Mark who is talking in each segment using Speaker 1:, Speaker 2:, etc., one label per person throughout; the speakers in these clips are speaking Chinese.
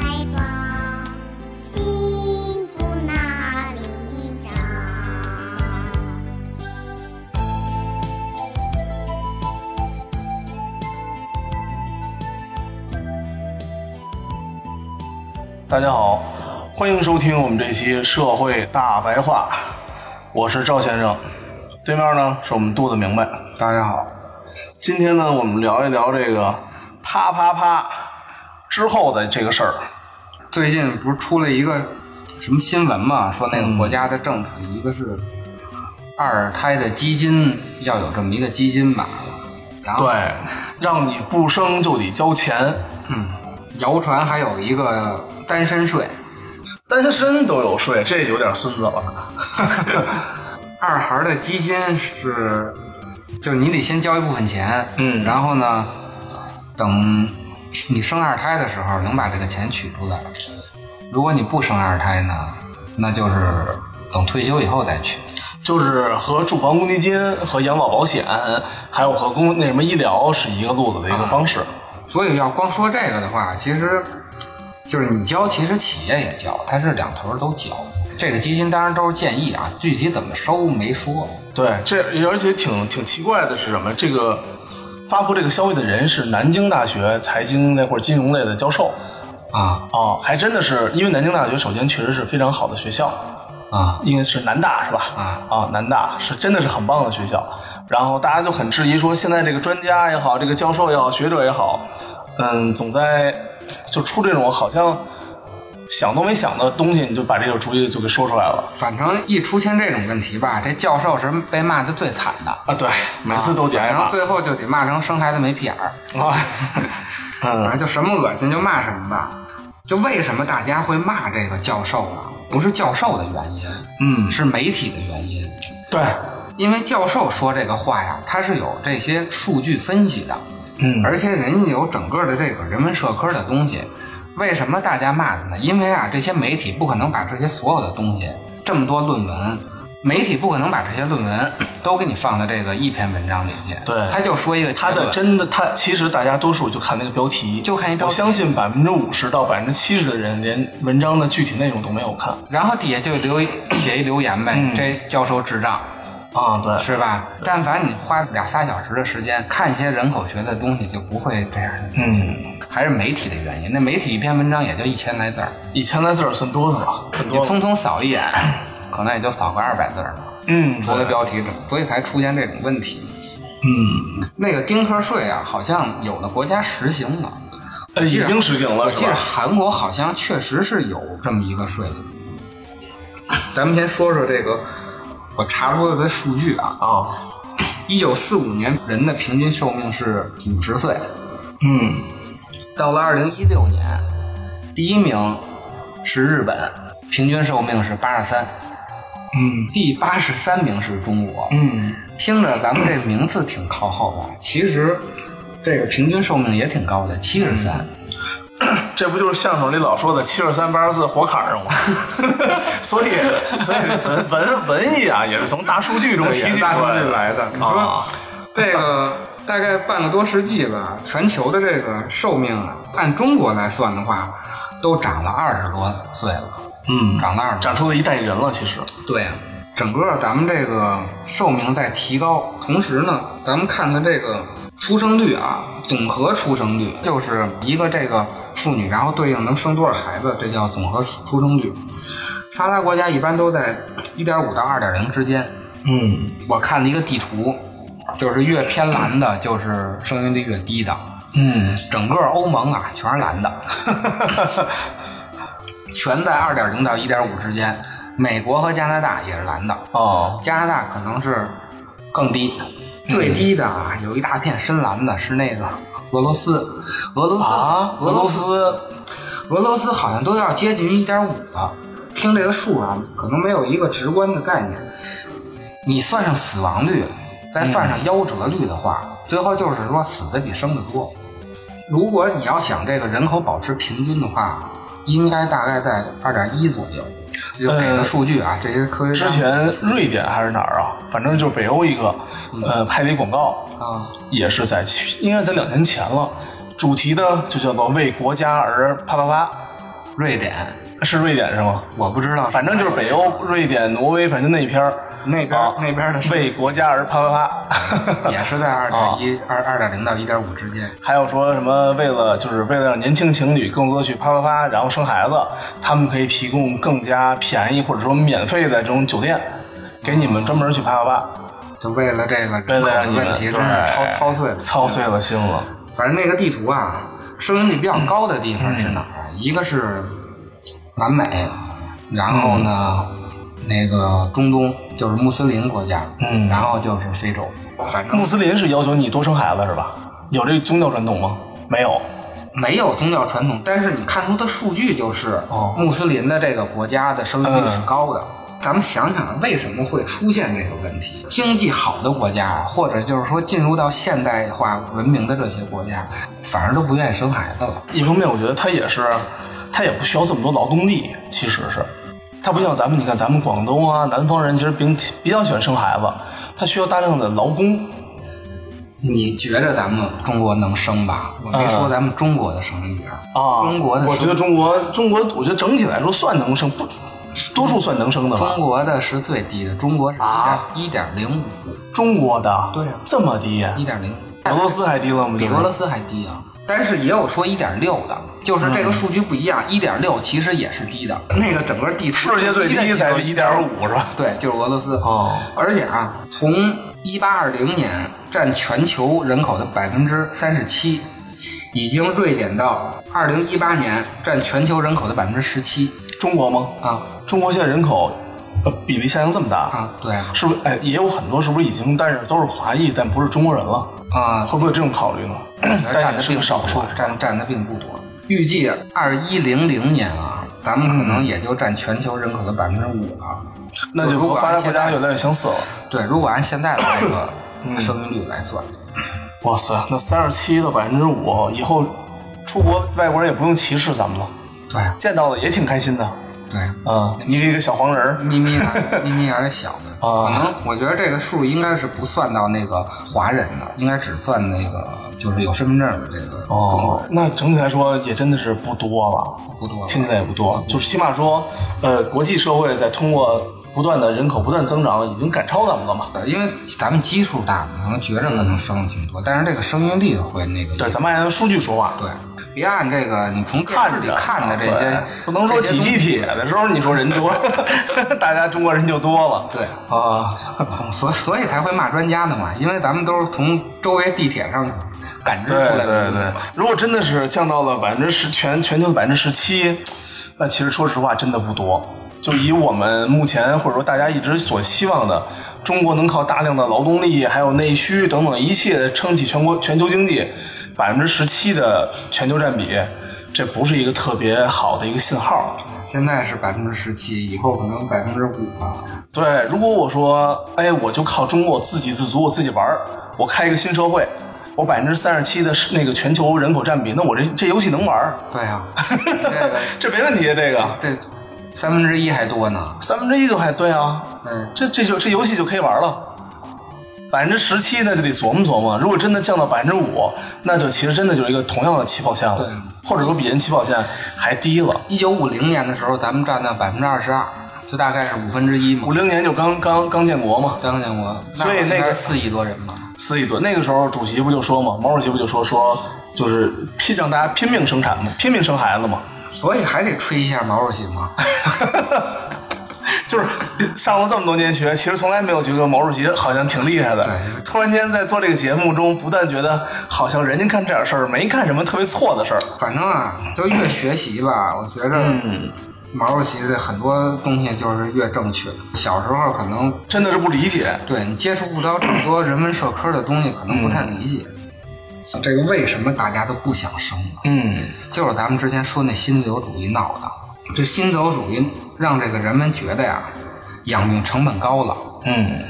Speaker 1: 爱吧，幸福哪里找？
Speaker 2: 大家好，欢迎收听我们这期《社会大白话》，我是赵先生，对面呢是我们度的明白。
Speaker 3: 大家好，
Speaker 2: 今天呢，我们聊一聊这个啪啪啪之后的这个事儿。
Speaker 3: 最近不是出了一个什么新闻嘛？说那个国家的政策，
Speaker 2: 嗯
Speaker 3: 一个是二胎的基金要有这么一个基金吧，然后
Speaker 2: 对，让你不生就得交钱，
Speaker 3: 谣传还有一个单身税，
Speaker 2: 单身都有税，这有点孙子了。
Speaker 3: 二孩的基金是就是你得先交一部分钱，
Speaker 2: 嗯
Speaker 3: 然后呢，等你生二胎的时候能把这个钱取出来，如果你不生二胎呢，那就是等退休以后再取。
Speaker 2: 就是和住房公积金、和养老保险，还有和公那什么医疗是一个路子的一个方式。
Speaker 3: 所以要光说这个的话，其实就是你交，其实企业也交，它是两头都交。这个基金当然都是建议啊，具体怎么收没说。
Speaker 2: 对，这而且挺挺奇怪的是什么？这个发布这个消息的人是南京大学财经那或者金融类的教授
Speaker 3: 啊
Speaker 2: 啊，还真的是因为南京大学首先确实是非常好的学校，
Speaker 3: 啊
Speaker 2: 应该是南大是吧？
Speaker 3: 啊
Speaker 2: 南大是真的是很棒的学校。然后大家就很质疑说，现在这个专家也好，这个教授也好，学者也好，嗯，总在就出这种好像想都没想的东西，你就把这个主意就给说出来了
Speaker 3: 反正一出现这种问题吧，这教授是被骂的最惨的，
Speaker 2: 啊！对，每次都得挨
Speaker 3: 然后
Speaker 2: 骂
Speaker 3: 最后就得骂成生孩子没屁眼儿，
Speaker 2: 啊。
Speaker 3: 反
Speaker 2: 嗯，
Speaker 3: 正就什么恶心就骂什么吧。就为什么大家会骂这个教授呢？不是教授的原因，
Speaker 2: 嗯
Speaker 3: 是媒体的原因。
Speaker 2: 对，
Speaker 3: 因为教授说这个话呀，他是有这些数据分析的，
Speaker 2: 嗯，
Speaker 3: 而且人家有整个的这个人文社科的东西。为什么大家骂他呢？因为啊，这些媒体不可能把这些所有的东西，这么多论文，媒体不可能把这些论文都给你放到这个一篇文章里去。
Speaker 2: 对
Speaker 3: 他就说一个结
Speaker 2: 他
Speaker 3: 论
Speaker 2: 的真的他其实大家多数就看那个标题，
Speaker 3: 就看一标
Speaker 2: 我
Speaker 3: 题
Speaker 2: 相信百分之五十到百分之七十的人连文章的具体内容都没有看
Speaker 3: 然后底下就留一写一留言呗，这教授智障
Speaker 2: 啊。嗯对，
Speaker 3: 是吧？但凡你花俩仨小时的时间看一些人口学的东西，就不会这样。
Speaker 2: 嗯。
Speaker 3: 还是媒体的原因。那媒体一篇文章也就一千来字儿，
Speaker 2: 一千来字儿算多的了，很
Speaker 3: 你
Speaker 2: 多了。
Speaker 3: 匆匆扫一眼， 可能也就扫个二百字儿吧。
Speaker 2: 嗯，
Speaker 3: 除了
Speaker 2: 对
Speaker 3: 标题，所以才出现这种问题。
Speaker 2: 嗯，
Speaker 3: 那个丁克税啊，好像有的国家实行了。
Speaker 2: 呃，已经实行
Speaker 3: 我
Speaker 2: 了，
Speaker 3: 记
Speaker 2: 是
Speaker 3: 得
Speaker 2: 吧？
Speaker 3: 韩国好像确实是有这么一个税。咱们先说说这个，我查出了个数据啊，
Speaker 2: 啊，
Speaker 3: 一九四五年人的平均寿命是五十岁，
Speaker 2: 嗯，
Speaker 3: 到了二零一六年，第一名是日本，平均寿命是八十三，
Speaker 2: 嗯，
Speaker 3: 第八十三名是中国。
Speaker 2: 嗯，
Speaker 3: 听着咱们这名次挺靠后的，其实这个平均寿命也挺高的，七十三。
Speaker 2: 这不就是相声里老说的七二三八十四活坎上吗？ 所以，所以文文文艺啊，也是从大数据中提取出来的。
Speaker 3: 来的，你说
Speaker 2: 啊，
Speaker 3: 这个大概半个多世纪吧，全球的这个寿命啊，按中国来算的话，都涨了二十多岁了，
Speaker 2: 嗯，
Speaker 3: 涨了二十。
Speaker 2: 长出了一代人了，其实，
Speaker 3: 对啊，整个咱们这个寿命在提高，同时呢，咱们看看这个出生率啊，总和出生率就是一个这个妇女，然后对应能生多少孩子，这叫总和出出生率。发达国家一般都在一点五到二点零之间。
Speaker 2: 嗯
Speaker 3: 我看了一个地图，就是越偏蓝的，就是生育率越低的。
Speaker 2: 嗯，
Speaker 3: 整个欧盟啊，全是蓝的， 全在二点零到一点五之间。美国和加拿大也是蓝的，
Speaker 2: 哦，
Speaker 3: 加拿大可能是更低，最低的啊，有一大片深蓝的是那个俄罗斯，俄罗斯，
Speaker 2: 啊，
Speaker 3: 俄
Speaker 2: 俄
Speaker 3: 罗
Speaker 2: 罗
Speaker 3: 斯，
Speaker 2: 斯，
Speaker 3: 俄罗斯好像都要接近一点五了。听这个数啊，可能没有一个直观的概念。你算上死亡率，再算上夭折率的话，最后就是说死的比生的多。如果你要想这个人口保持平均的话，应该大概在二点一左右。就给
Speaker 2: 呃
Speaker 3: 的数据啊，这些科学
Speaker 2: 之
Speaker 3: 家
Speaker 2: 前瑞典还是哪儿啊？反正就是北欧一个，
Speaker 3: 嗯
Speaker 2: 呃，拍的一广告，
Speaker 3: 啊，
Speaker 2: 也是在去应该在两年前了。主题呢就叫做“为国家而啪啪啪
Speaker 3: 瑞典，”，
Speaker 2: 是瑞典是吗？
Speaker 3: 我不知道，
Speaker 2: 反正就是北欧、瑞典、挪威，反正那一片儿
Speaker 3: 那边、
Speaker 2: 啊
Speaker 3: 那边的数
Speaker 2: 为国家而啪啪啪。
Speaker 3: 也是在二点一、二二点零到一点五之间。
Speaker 2: 还有说什么为了就是为了让年轻情侣更多地去啪啪啪，然后生孩子，他们可以提供更加便宜或者说免费的这种酒店，给你们专门去啪啪啪，
Speaker 3: 就为了这个
Speaker 2: 为
Speaker 3: 人口
Speaker 2: 了
Speaker 3: 的
Speaker 2: 让你们
Speaker 3: 哦问题，
Speaker 2: 对
Speaker 3: 真是操操碎了。嗯
Speaker 2: 操碎了心了。
Speaker 3: 反正那个地图啊，收音率比较高的地方是哪儿啊？
Speaker 2: 嗯
Speaker 3: 一个是南美，然后呢，那个中东就是穆斯林国家，
Speaker 2: 嗯
Speaker 3: 然后就是非洲。反正
Speaker 2: 穆斯林是要求你多生孩子是吧？有这宗教传统吗？没有。
Speaker 3: 没有宗教传统，但是你看出的数据就是，
Speaker 2: 哦
Speaker 3: 穆斯林的这个国家的生育率
Speaker 2: 嗯
Speaker 3: 是高的。咱们想想为什么会出现这个问题？经济好的国家，或者就是说进入到现代化文明的这些国家，反而都不愿意生孩子了。
Speaker 2: 一方面，我觉得他也是，他也不需要这么多劳动力，其实是，他不像咱们，你看咱们广东啊，南方人其实比比较喜欢生孩子，他需要大量的劳工。嗯
Speaker 3: 你觉着咱们中国能生吧？我没说咱们中国的生育率啊，
Speaker 2: 啊，
Speaker 3: 中国的
Speaker 2: 我觉得
Speaker 3: 生
Speaker 2: 中国，中国，我觉得整体来说算能生，不，多数算能生的吧
Speaker 3: 中。国的是最低的，中国是
Speaker 2: 啊
Speaker 3: 一点零五，
Speaker 2: 中国的，
Speaker 3: 对啊
Speaker 2: 这么低，
Speaker 3: 一点零，
Speaker 2: 俄罗斯还低了吗？
Speaker 3: 比俄罗斯还低啊。但是也有说一点六的，就是
Speaker 2: 嗯
Speaker 3: 这个数据不一样，一点六其实也是低的。那个整个地图
Speaker 2: 世界最低才一点五是吧？
Speaker 3: 对，就是俄罗斯。
Speaker 2: 哦，
Speaker 3: 而且啊，从一八二零年占全球人口的百分之三十七，已经锐减到二零一八年占全球人口的百分之十七
Speaker 2: 中国吗？
Speaker 3: 啊
Speaker 2: 中国现在人口，呃，比例下降这么大，
Speaker 3: 啊，对啊
Speaker 2: 是不是？哎，也有很多是不是已经，但是都是华裔，但不是中国人了，
Speaker 3: 啊，
Speaker 2: 会不会有这种考虑呢？
Speaker 3: 占
Speaker 2: 但
Speaker 3: 的
Speaker 2: 也是
Speaker 3: 并
Speaker 2: 个
Speaker 3: 不
Speaker 2: 少数
Speaker 3: 多，，占占的并不多。预计二一零零年啊，咱们可能也就占全球人口的百分之五了。
Speaker 2: 嗯那就嗯
Speaker 3: 如
Speaker 2: 和
Speaker 3: 果
Speaker 2: 发达
Speaker 3: 按
Speaker 2: 国
Speaker 3: 现
Speaker 2: 家
Speaker 3: 在
Speaker 2: 越来越相似了。
Speaker 3: 对，如果按现在的 这个生育率来算，
Speaker 2: 哇塞，那三十七到百分之五，以后出国外国人也不用歧视咱们了，
Speaker 3: 对
Speaker 2: 见到了也挺开心的。
Speaker 3: 对，
Speaker 2: 嗯，你给个小黄人儿，
Speaker 3: 眯眯眼，眯眯眼儿小的，
Speaker 2: 啊
Speaker 3: 可能我觉得这个数应该是不算到那个华人的，应该只算那个就是有身份证的这个中国
Speaker 2: 哦
Speaker 3: 人，
Speaker 2: 那整体来说也真的是不多了，
Speaker 3: 不多了。嗯
Speaker 2: 听起来也不多，就是起码说，呃，国际社会在通过不断的人口不断增长，已经赶超咱们了嘛。
Speaker 3: 呃因为咱们基数大，可能觉着可能生的挺多，但是这个生育率会那个
Speaker 2: 对，咱们按数据说话，
Speaker 3: 对，别按这个你从电视
Speaker 2: 看
Speaker 3: 里
Speaker 2: 着
Speaker 3: 看的这些
Speaker 2: 对，不能说
Speaker 3: 这些
Speaker 2: 挤
Speaker 3: 东西
Speaker 2: 地铁的时候你说人多，大家中国人就多了。
Speaker 3: 对，
Speaker 2: 啊，
Speaker 3: 所所以才会骂专家的嘛，因为咱们都是从周围地铁上感知
Speaker 2: 对
Speaker 3: 出
Speaker 2: 对
Speaker 3: 来的。
Speaker 2: 对，如果真的是降到了百分之十，全全球的百分之十七，那其实说实话真的不多。就以我们目前或者说大家一直所希望的，中国能靠大量的劳动力还有内需等等一切撑起全国全球经济百分之十七的全球占比，这不是一个特别好的一个信号。
Speaker 3: 现在是百分之十七，以后可能百分之五啊。
Speaker 2: 对，如果我说，哎，我就靠中国自给自足，我自己玩儿，我开一个新社会，我百分之三十七的是那个全球人口占比，那我这这游戏能玩儿，
Speaker 3: 对 啊，这个
Speaker 2: 这没问题，啊这个
Speaker 3: 这三分之一还多呢。
Speaker 2: 三分之一就还对啊，
Speaker 3: 嗯，
Speaker 2: 这这就这游戏就可以玩儿了。百分之十七那就得琢磨琢磨，如果真的降到百分之五，那就其实真的就是一个同样的起跑线了
Speaker 3: 对，
Speaker 2: 或者说比人起跑线还低了。
Speaker 3: 一九五零年的时候，咱们占到百分之二十二，就大概是五分之一
Speaker 2: 五
Speaker 3: 嘛。
Speaker 2: 零年就刚刚刚建国嘛，
Speaker 3: 刚建国，
Speaker 2: 所以那个
Speaker 3: 四亿多人嘛，
Speaker 2: 四亿吨。那个时候主席不就说嘛，毛主席不就说说就是拼让大家拼命生产嘛，拼命生孩子嘛，
Speaker 3: 所以还得吹一下毛主席嘛。
Speaker 2: 就是上了这么多年学，其实从来没有觉得毛主席好像挺厉害的。
Speaker 3: 对
Speaker 2: 突然间在做这个节目中，不但觉得好像人家干这点事儿没干什么特别错的事儿，
Speaker 3: 反正啊，就越学习吧，我觉着毛主席的很多东西就是越正确。小时候可能
Speaker 2: 真的是不理解。
Speaker 3: 对你接触不到这么多人文社科的东西，可能不太理解。这个为什么大家都不想生了？
Speaker 2: 嗯，
Speaker 3: 就是咱们之前说那新自由主义闹的。这新自由主义让这个人们觉得呀，养病成本高了。
Speaker 2: 嗯，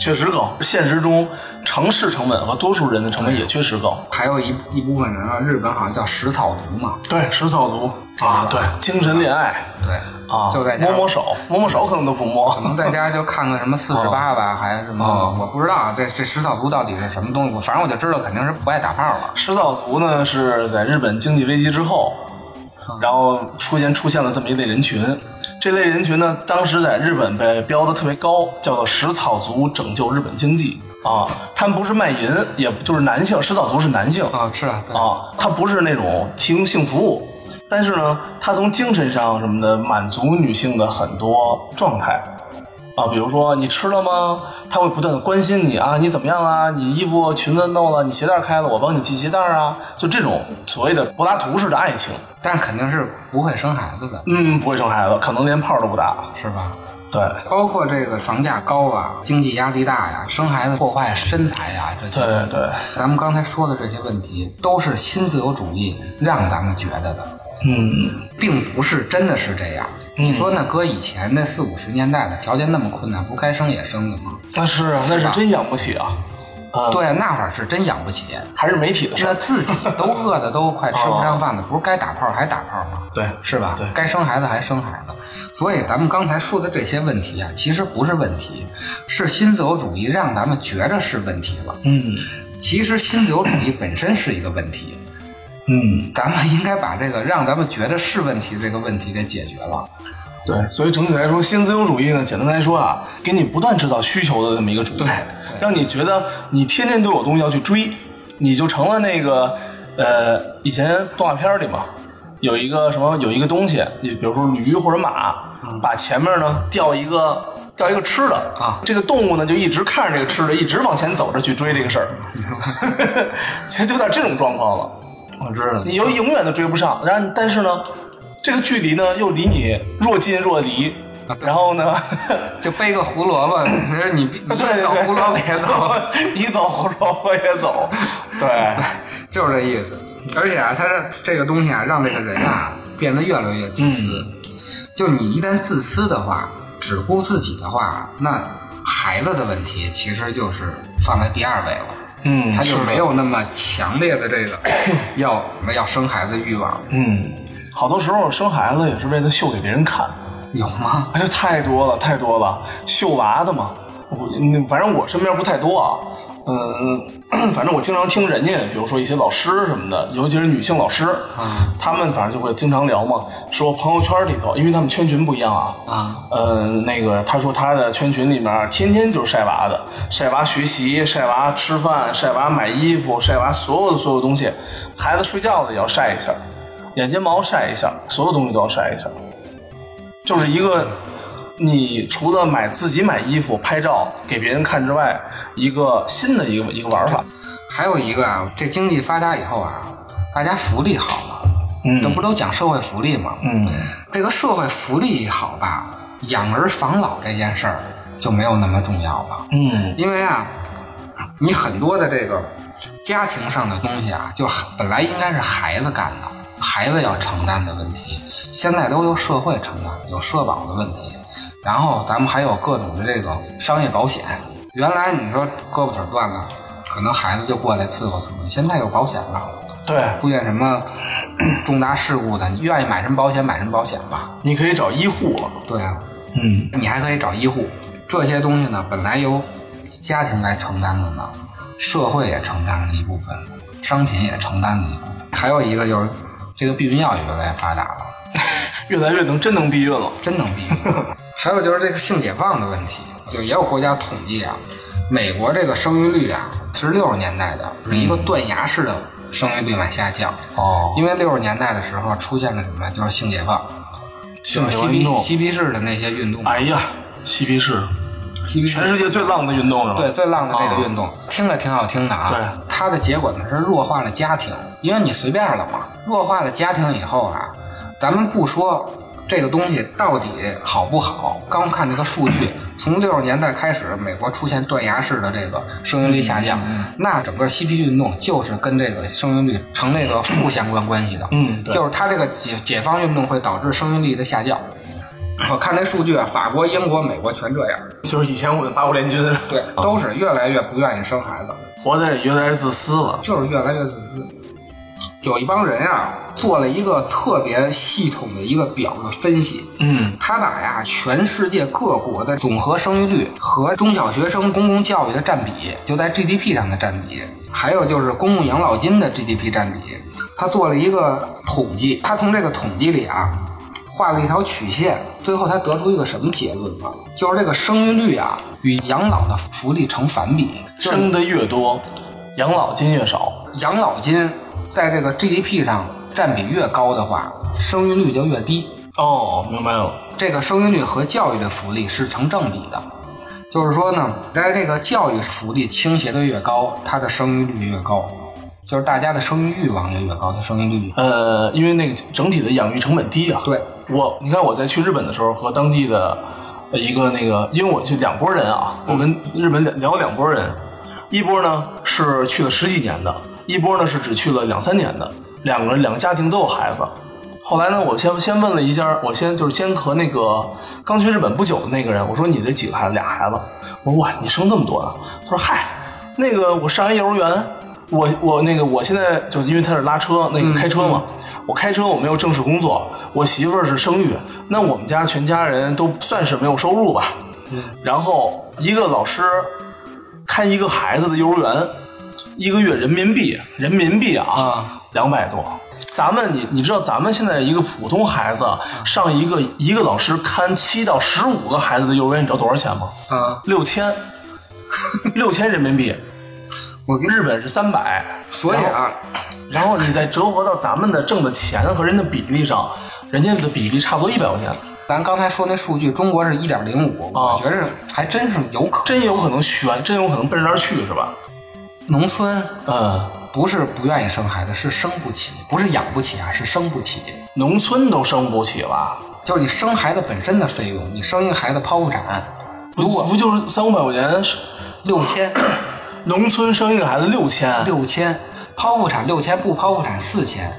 Speaker 2: 确实高。现实中，城市成本和多数人的成本也确实高。
Speaker 3: 还有一一部分人啊，日本好像叫食草族嘛，
Speaker 2: 对，食草族啊，对，精神恋爱
Speaker 3: 对，
Speaker 2: 啊，
Speaker 3: 就在家
Speaker 2: 摸摸手，摸摸手可能都不摸，
Speaker 3: 可能在家就看看什么四十八吧，还是什么
Speaker 2: 哦，
Speaker 3: 我不知道啊这这食草族到底是什么东西，我反正我就知道肯定是不爱打炮了。
Speaker 2: 食草族呢是在日本经济危机之后，然后出现出现了这么一类人群。这类人群呢，当时在日本被标的特别高，叫做食草族拯救日本经济啊。他们不是卖淫，也不就是男性，食草族是男性
Speaker 3: 啊，是啊，对
Speaker 2: 啊，他不是那种提供性服务，但是呢，他从精神上什么的满足女性的很多状态。啊，比如说你吃了吗？他会不断的关心你啊，你怎么样啊？你衣服、裙子弄了，你鞋带开了，我帮你系鞋带啊。就这种所谓的柏拉图式的爱情，
Speaker 3: 但是肯定是不会生孩子的，
Speaker 2: 嗯，不会生孩子，可能连泡都不打。
Speaker 3: 是吧？
Speaker 2: 对，
Speaker 3: 包括这个房价高啊，经济压力大呀，生孩子破坏身材呀，这些。
Speaker 2: 对对对，
Speaker 3: 咱们刚才说的这些问题，都是新自由主义让咱们觉得的，
Speaker 2: 嗯，
Speaker 3: 并不是真的是这样。你说那搁以前那四五十年代的条件那么困难，不该生也生的吗？
Speaker 2: 那是啊，那是真养不起啊，啊，，
Speaker 3: 对，那会儿是真养不起，
Speaker 2: 还是媒体的事
Speaker 3: 那
Speaker 2: 儿。
Speaker 3: 自己都饿的都快吃不上饭了，不是该打炮还打炮吗？
Speaker 2: 哦对
Speaker 3: 是吧？
Speaker 2: 对
Speaker 3: 该生孩子还生孩子。所以咱们刚才说的这些问题啊，其实不是问题，是新自由主义让咱们觉着是问题了。
Speaker 2: 嗯
Speaker 3: 其实新自由主义本身是一个问题，
Speaker 2: 嗯，
Speaker 3: 咱们应该把这个让咱们觉得是问题这个问题给解决了。
Speaker 2: 对，所以整体来说，新自由主义呢，简单来说啊，给你不断制造需求的这么一个主义，让你觉得你天天都有东西要去追，你就成了那个呃，以前动画片里嘛，有一个什么有一个东西，你比如说驴或者马，把前面呢吊一个吊一个吃的
Speaker 3: 啊
Speaker 2: 这个动物呢就一直看着这个吃的，一直往前走着去追这个事儿， 其实就有点这种状况了。
Speaker 3: 我知道
Speaker 2: 你又永远都追不上，然后但是呢，这个距离呢又离你若近若离，
Speaker 3: 啊
Speaker 2: 然后呢，
Speaker 3: 就背个胡萝卜，你说你你
Speaker 2: 对对
Speaker 3: 走
Speaker 2: 对，
Speaker 3: 胡萝卜也走。
Speaker 2: 你走胡萝卜也走， 对，
Speaker 3: 就是这意思。而且啊，它是这个东西啊，让这个人啊变得越来越自私。
Speaker 2: 嗯
Speaker 3: 就你一旦自私的话，只顾自己的话，那孩子的问题其实就是放在第二位了。
Speaker 2: 嗯
Speaker 3: 他就是
Speaker 2: 的
Speaker 3: 没有那么强烈的 这个要要生孩子欲望，
Speaker 2: 嗯，好多时候生孩子也是为了秀给别人看，
Speaker 3: 有吗？
Speaker 2: 哎呦，太多了，太多了，秀娃的嘛，我嗯反正我身边不太多啊。嗯， 反正我经常听人家，比如说一些老师什么的，尤其是女性老师，
Speaker 3: 啊
Speaker 2: 他们反正就会经常聊嘛，说朋友圈里头，因为他们圈群不一样啊，
Speaker 3: 啊，
Speaker 2: 呃，那个他说他的圈群里面天天就是晒娃的，晒娃学习，晒娃吃饭，晒娃买衣服，晒娃所有的所有东西，孩子睡觉了也要晒一下，眼睫毛晒一下，所有东西都要晒一下，就是一个你除了买自己买衣服拍照给别人看之外，一个新的一个一个玩法，
Speaker 3: 还有一个啊，这经济发达以后啊，大家福利好了，
Speaker 2: 嗯
Speaker 3: 这不都讲社会福利吗？
Speaker 2: 嗯，
Speaker 3: 这个社会福利好吧，养儿防老这件事儿就没有那么重要了，
Speaker 2: 嗯
Speaker 3: 因为啊，你很多的这个家庭上的东西啊，就本来应该是孩子干的，孩子要承担的问题，现在都由社会承担，有社保的问题，然后咱们还有各种的这个商业保险。原来你说胳膊腿儿断了，可能孩子就过来伺候伺候，现在有保险了。
Speaker 2: 对，
Speaker 3: 出现什么 重大事故的，你愿意买什么保险买什么保险吧。
Speaker 2: 你可以找医护了，
Speaker 3: 对啊，
Speaker 2: 嗯
Speaker 3: 你还可以找医护。这些东西呢，本来由家庭来承担的呢，社会也承担了一部分，商品也承担了一部分。还有一个就是这个避孕药也越来越发达了，
Speaker 2: 越来越能真能避孕了，
Speaker 3: 真能避 孕。还有就是这个性解放的问题，就也有国家统计啊，美国这个生育率啊，是六十年代的是一个断崖式的生育率往下降。
Speaker 2: 哦，
Speaker 3: 因为六十年代的时候出现了什么，就是性解放，
Speaker 2: 性
Speaker 3: 嬉
Speaker 2: 行运
Speaker 3: 皮
Speaker 2: 动，
Speaker 3: 嬉皮士的那些运动，
Speaker 2: 哎呀，嬉皮士。
Speaker 3: 嬉皮
Speaker 2: 全
Speaker 3: 士
Speaker 2: 世界最浪的运动是吧？
Speaker 3: 对最浪的这个运动，听着挺好听的啊。
Speaker 2: 对，
Speaker 3: 它的结果呢是弱化了家庭，因为你随便了嘛。弱化了家庭以后啊，咱们不说这个东西到底好不好，刚看这个 数据，从六十年代开始，美国出现断崖式的这个生育率下
Speaker 2: 嗯
Speaker 3: 降，那整个嬉皮运动就是跟这个生育率成这个负相关关系的。
Speaker 2: 嗯对
Speaker 3: 就是它这个解解放运动会导致生育率的下降。我看那数据啊，法国、英国、美国全这样，
Speaker 2: 就是以前我们八国联军
Speaker 3: 对，都是越来越不愿意生孩子，
Speaker 2: 活得也越来越自私了。
Speaker 3: 就是越来越自私。有一帮人啊，做了一个特别系统的一个表的分析，
Speaker 2: 嗯，
Speaker 3: 他把呀全世界各国的总和生育率和中小学生公共教育的占比，就在 GDP 上的占比，还有就是公共养老金的 GDP 占比，他做了一个统计。他从这个统计里啊，画了一条曲线，最后他得出一个什么结论呢？就是这个生育率啊与养老的福利成反比，就是
Speaker 2: 生的越多，养老金越少。
Speaker 3: 养老金在这个 GDP 上占比越高的话，生育率就越低。
Speaker 2: 哦，明白了。
Speaker 3: 这个生育率和教育的福利是成正比的，就是说呢，在这个教育福利倾斜的越高，它的生育率越高，就是大家的生育欲望就越高，它生育率越
Speaker 2: 呃，因为那个整体的养育成本低啊。
Speaker 3: 对，
Speaker 2: 我你看我在去日本的时候和当地的呃一个那个，因为我就两拨人啊，我跟日本两聊了两拨人，一波呢是去了十几年的，一波呢是只去了两三年的，两个人两个家庭都有孩子。后来呢，我先先问了一下，我先就是先和那个刚去日本不久的那个人，我说你这几个孩子，俩孩子，我说哇，你生这么多呢？他说嗨，那个我上完幼儿园，我我那个我现在就是因为他是拉车那个开车嘛，我开车我没有正式工作，我媳妇儿是生育，那我们家全家人都算是没有收入吧。然后一个老师看一个孩子的幼儿园，一个月人民币人民币
Speaker 3: 啊，
Speaker 2: 两百多。咱们你你知道咱们现在一个普通孩子上一个一个老师看七到十五个孩子的幼儿园，你知道多少钱吗？
Speaker 3: 啊。
Speaker 2: 六千，六千人民币。
Speaker 3: 我跟
Speaker 2: 日本是三百，
Speaker 3: 所以啊，
Speaker 2: 然后你再折合到咱们的挣的钱和人的比例上，人家的比例差不多一百块钱，
Speaker 3: 咱刚才说那数据，中国是一点零五，
Speaker 2: 啊
Speaker 3: 我觉着还真是有可能。
Speaker 2: 真有可能悬，真有可能奔着那儿去是吧？
Speaker 3: 农村
Speaker 2: 嗯，
Speaker 3: 不是不愿意生孩子，是生不起，不是养不起啊，是生不起。
Speaker 2: 农村都生不起了，
Speaker 3: 就是你生孩子本身的费用，你生一个孩子剖腹产，
Speaker 2: 不
Speaker 3: 如果
Speaker 2: 不就是三五百块钱？是
Speaker 3: 六千，
Speaker 2: 农村生一个孩子六千，
Speaker 3: 六千，剖腹产六千，不剖腹产四千。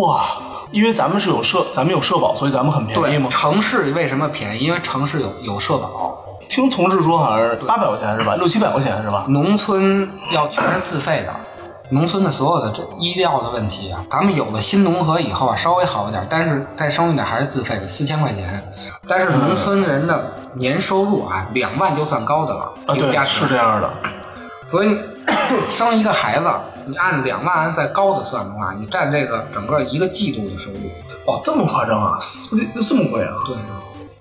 Speaker 2: 哇！因为咱们是有社，咱们有社保，所以咱们很便宜
Speaker 3: 对，
Speaker 2: 嘛。
Speaker 3: 城市为什么便宜？因为城市有有社保，
Speaker 2: 听同志说好像是八百块钱是吧？六七百块钱是吧？
Speaker 3: 农村要全是自费的。农村的所有的这医疗的问题啊，咱们有了新农合以后啊，稍微好一点，但是再生一点还是自费的，四千块钱。
Speaker 2: 嗯
Speaker 3: 但是农村人的年收入啊，两万就算高的了，
Speaker 2: 啊，
Speaker 3: 一个
Speaker 2: 对
Speaker 3: 家，庭
Speaker 2: 是这样的。
Speaker 3: 所以你 生一个孩子，你按两万按再高的算的话，你占这个整个一个季度的收入。
Speaker 2: 哦，这么夸张啊？四这么贵啊？
Speaker 3: 对，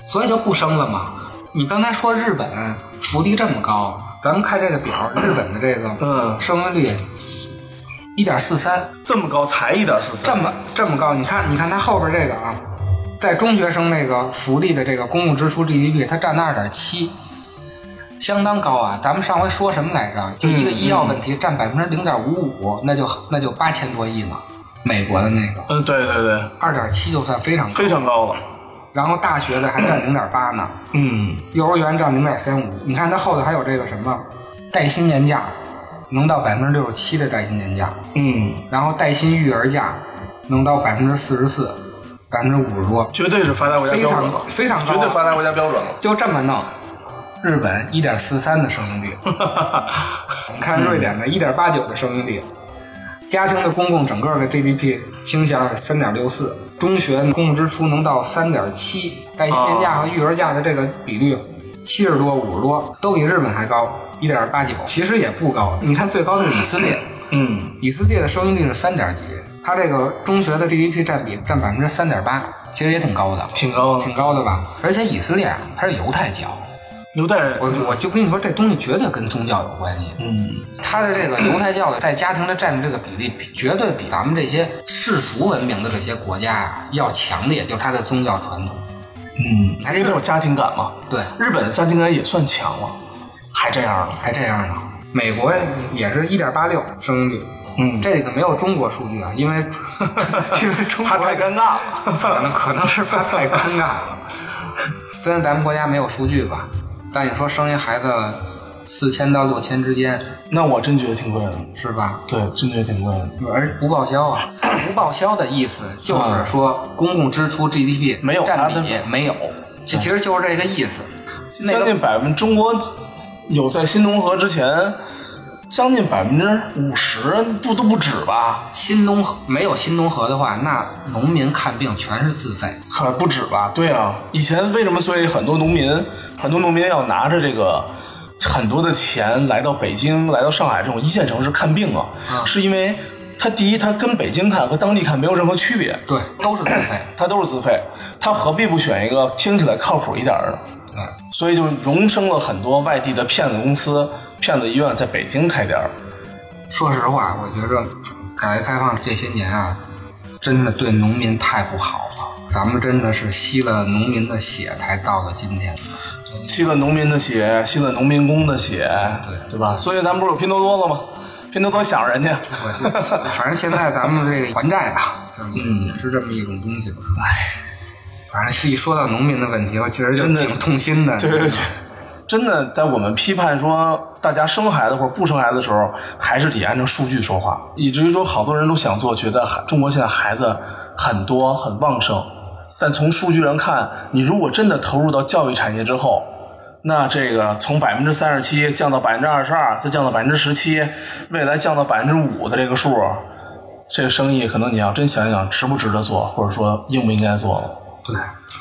Speaker 3: 所以就不生了嘛。你刚才说日本福利这么高，咱们看这个表，日本的这个
Speaker 2: 嗯，
Speaker 3: 生育率一点四三，
Speaker 2: 这么高才一点四三
Speaker 3: 这。么这么高，你看，你看它后边这个啊，在中学生那个福利的这个公共支出 GDP，它占到二点七，相当高啊。咱们上回说什么来着？就一个医药问题占百分之零点五五，那就那就八千多亿呢。美国的那个
Speaker 2: 嗯，对对对，
Speaker 3: 二点七就算非常高，
Speaker 2: 非常高了。
Speaker 3: 然后大学的还占零点八呢。
Speaker 2: 嗯，
Speaker 3: 幼儿园占零点三五，你看它后头还有这个什么带薪年假，能到百分之六十七的带薪年假，
Speaker 2: 嗯，
Speaker 3: 然后带薪育儿假能到百分之四十四，百分之五十多，
Speaker 2: 绝对是发达国家标准了，
Speaker 3: 非常非常高啊
Speaker 2: 绝对发达国家标准了。
Speaker 3: 就这么弄。日本一点四三的生 育率，你看瑞典的一点八九的生育率，家庭的公共整个的 GDP 倾向是三点六四，中学公共支出能到三点七，带薪年假和育儿假的这个比率七十多五十多，都比日本还高，一点八九，其实也不高。你看最高的是以色 列，
Speaker 2: 嗯，
Speaker 3: 以色列的生育率是三点几，它这个中学的 GDP 占比占百分之三点八，其实也挺高的，
Speaker 2: 挺高的
Speaker 3: 挺。高的吧？而且以色列啊，它是犹太教，
Speaker 2: 犹太人，
Speaker 3: 我我就跟你说，这东西绝对跟宗教有关系。
Speaker 2: 嗯，
Speaker 3: 它的这个犹太教的在家庭的占的这个比例，比绝对比咱们这些世俗文明的这些国家啊要强烈，就是它的宗教传统。
Speaker 2: 嗯，因为他有家庭感嘛。
Speaker 3: 对，
Speaker 2: 日本的家庭感也算强了，还这样呢。
Speaker 3: 还这样呢。美国也是一点八六生育率，
Speaker 2: 嗯，
Speaker 3: 这个没有中国数据啊，因为 因为中
Speaker 2: 怕
Speaker 3: 国
Speaker 2: 太尴尬了。
Speaker 3: 可能可能是怕太尴尬了。虽然咱们国家没有数据吧，但你说生一孩子四千到六千之间
Speaker 2: 那我真觉得挺贵的，
Speaker 3: 是吧？
Speaker 2: 对，真觉得挺贵的。
Speaker 3: 而不报销 啊，不报销的意思就是说公共支出 GDP
Speaker 2: 没有
Speaker 3: 占
Speaker 2: 它
Speaker 3: 比
Speaker 2: 的嗯
Speaker 3: 没有，这其实就是这个意思。那
Speaker 2: 将
Speaker 3: 个
Speaker 2: 近百分中国有在新农合之前，将近百分之五十不都不止吧？
Speaker 3: 新农合没有新农合的话，那农民看病全是自费。
Speaker 2: 可不止吧？对啊，以前为什么所以很多农民，很多农民要拿着这个很多的钱来到北京、来到上海这种一线城市看病啊？
Speaker 3: 嗯
Speaker 2: 是因为他第一，他跟北京看和当地看没有任何区别，
Speaker 3: 对，都是自费。
Speaker 2: 他都是自费，他何必不选一个听起来靠谱一点儿的？
Speaker 3: 对，
Speaker 2: 所以就荣升了很多外地的骗子公司、骗子医院在北京开店儿。
Speaker 3: 说实话，我觉着改革开放这些年啊，真的对农民太不好了。咱们真的是吸了农民的血，才到了今 天。
Speaker 2: 吸了农民的血，吸了农民工的血，
Speaker 3: 对
Speaker 2: 对吧？所以咱们不是有拼多多了吗？拼多多想着人家，
Speaker 3: 我就反正现在咱们这个还债吧，就是
Speaker 2: 嗯
Speaker 3: 也是这么一种东西吧。唉，反正是一说到农民的问题，我其实就
Speaker 2: 真的
Speaker 3: 挺痛心 的。
Speaker 2: 对对对，真的在我们批判说大家生孩子或者不生孩子的时候，还是得按照数据说话，以至于说好多人都想做，觉得孩中国现在孩子很多很旺盛，但从数据上看，你如果真的投入到教育产业之后。那这个从百分之三十七降到百分之二十二，再降到百分之十七，未来降到百分之五的这个数，这个生意可能你要真想一想，值不值得做，或者说应不应该做了。
Speaker 3: 对，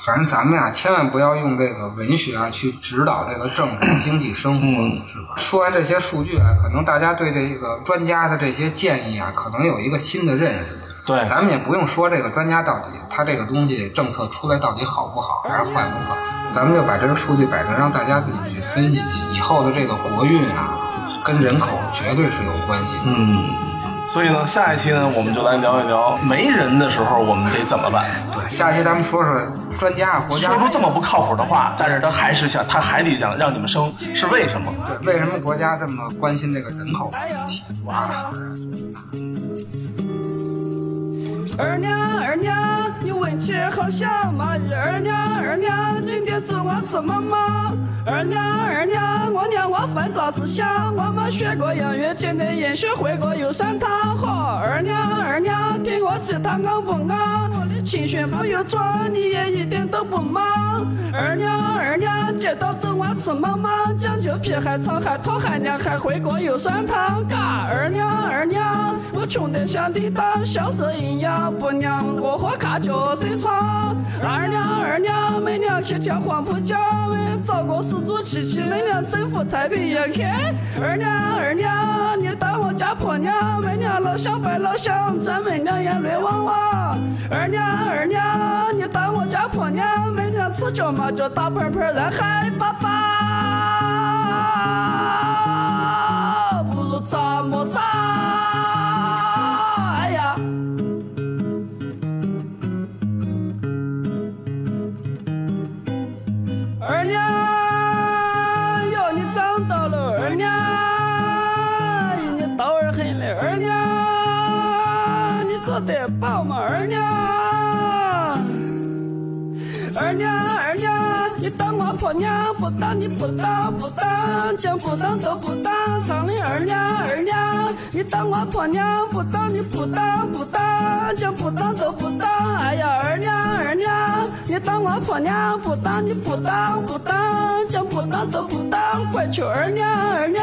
Speaker 3: 反正咱们呀、千万不要用这个文学啊去指导这个政治、经济、生活，
Speaker 2: 嗯
Speaker 3: 是吧？说完这些数据啊，可能大家对这个专家的这些建议啊，可能有一个新的认识。
Speaker 2: 对，
Speaker 3: 咱们也不用说这个专家到底他这个东西政策出来到底好不好，还是坏不坏，咱们就把这个数据摆着，让大家自己去分析。以后的这个国运啊，跟人口绝对是有关系的。
Speaker 2: 嗯，所以呢，下一期呢，我们就来聊一聊没人的时候我们得怎么办。
Speaker 3: 对，下期咱们说说专家啊，国家
Speaker 2: 说出这么不靠谱的话，但是他还是想，他还得想让你们生，是为什么？
Speaker 3: 对为什么国家这么关心这个人口问题啊？
Speaker 4: 儿娘，儿娘，你闻起来好像蚂蚁。儿娘，儿娘，今天中午吃么么？儿娘，儿娘，我娘我烦躁思想，我们学过洋芋，今天也学会过油酸汤好。儿娘，儿娘，听我其他硬不硬？我的情绪不由装，你也一点都不忙。儿娘，儿娘，接到中午吃么么？讲究皮还草还讨还娘还回锅油酸汤嘎。儿娘，儿娘，我穷得像滴答，小时候营养不良，我喝卡就生疮。二娘二娘，每娘吃条黄浦江，为祖国四柱七七，每娘征服太平洋。看二娘二娘，你当我家婆娘，每娘老乡白老乡，专门两眼泪汪汪。二娘二娘，你当我家婆娘，每娘吃脚麻脚打盆盆，人害爸爸，不如找谋杀。哎呀！二娘，哟，你长大了，二娘，你刀儿狠了，二娘，你做得棒嘛，二娘，二娘，二娘，你当我婆娘，不当你不当不当，讲不当都不当，长的二娘二娘，你当我婆娘，不当你不当不当，讲不当都不当，哎呀，二娘二娘，你当我婆娘，不当你不当不当，讲不当都不当，快去二娘二娘，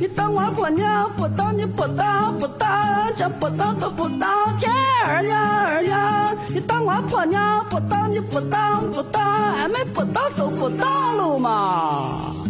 Speaker 4: 你当我婆娘，不当你不当不当，讲不当都不当，天二娘二娘，你当我婆娘，不当你不当不当，俺们不当都不当了嘛。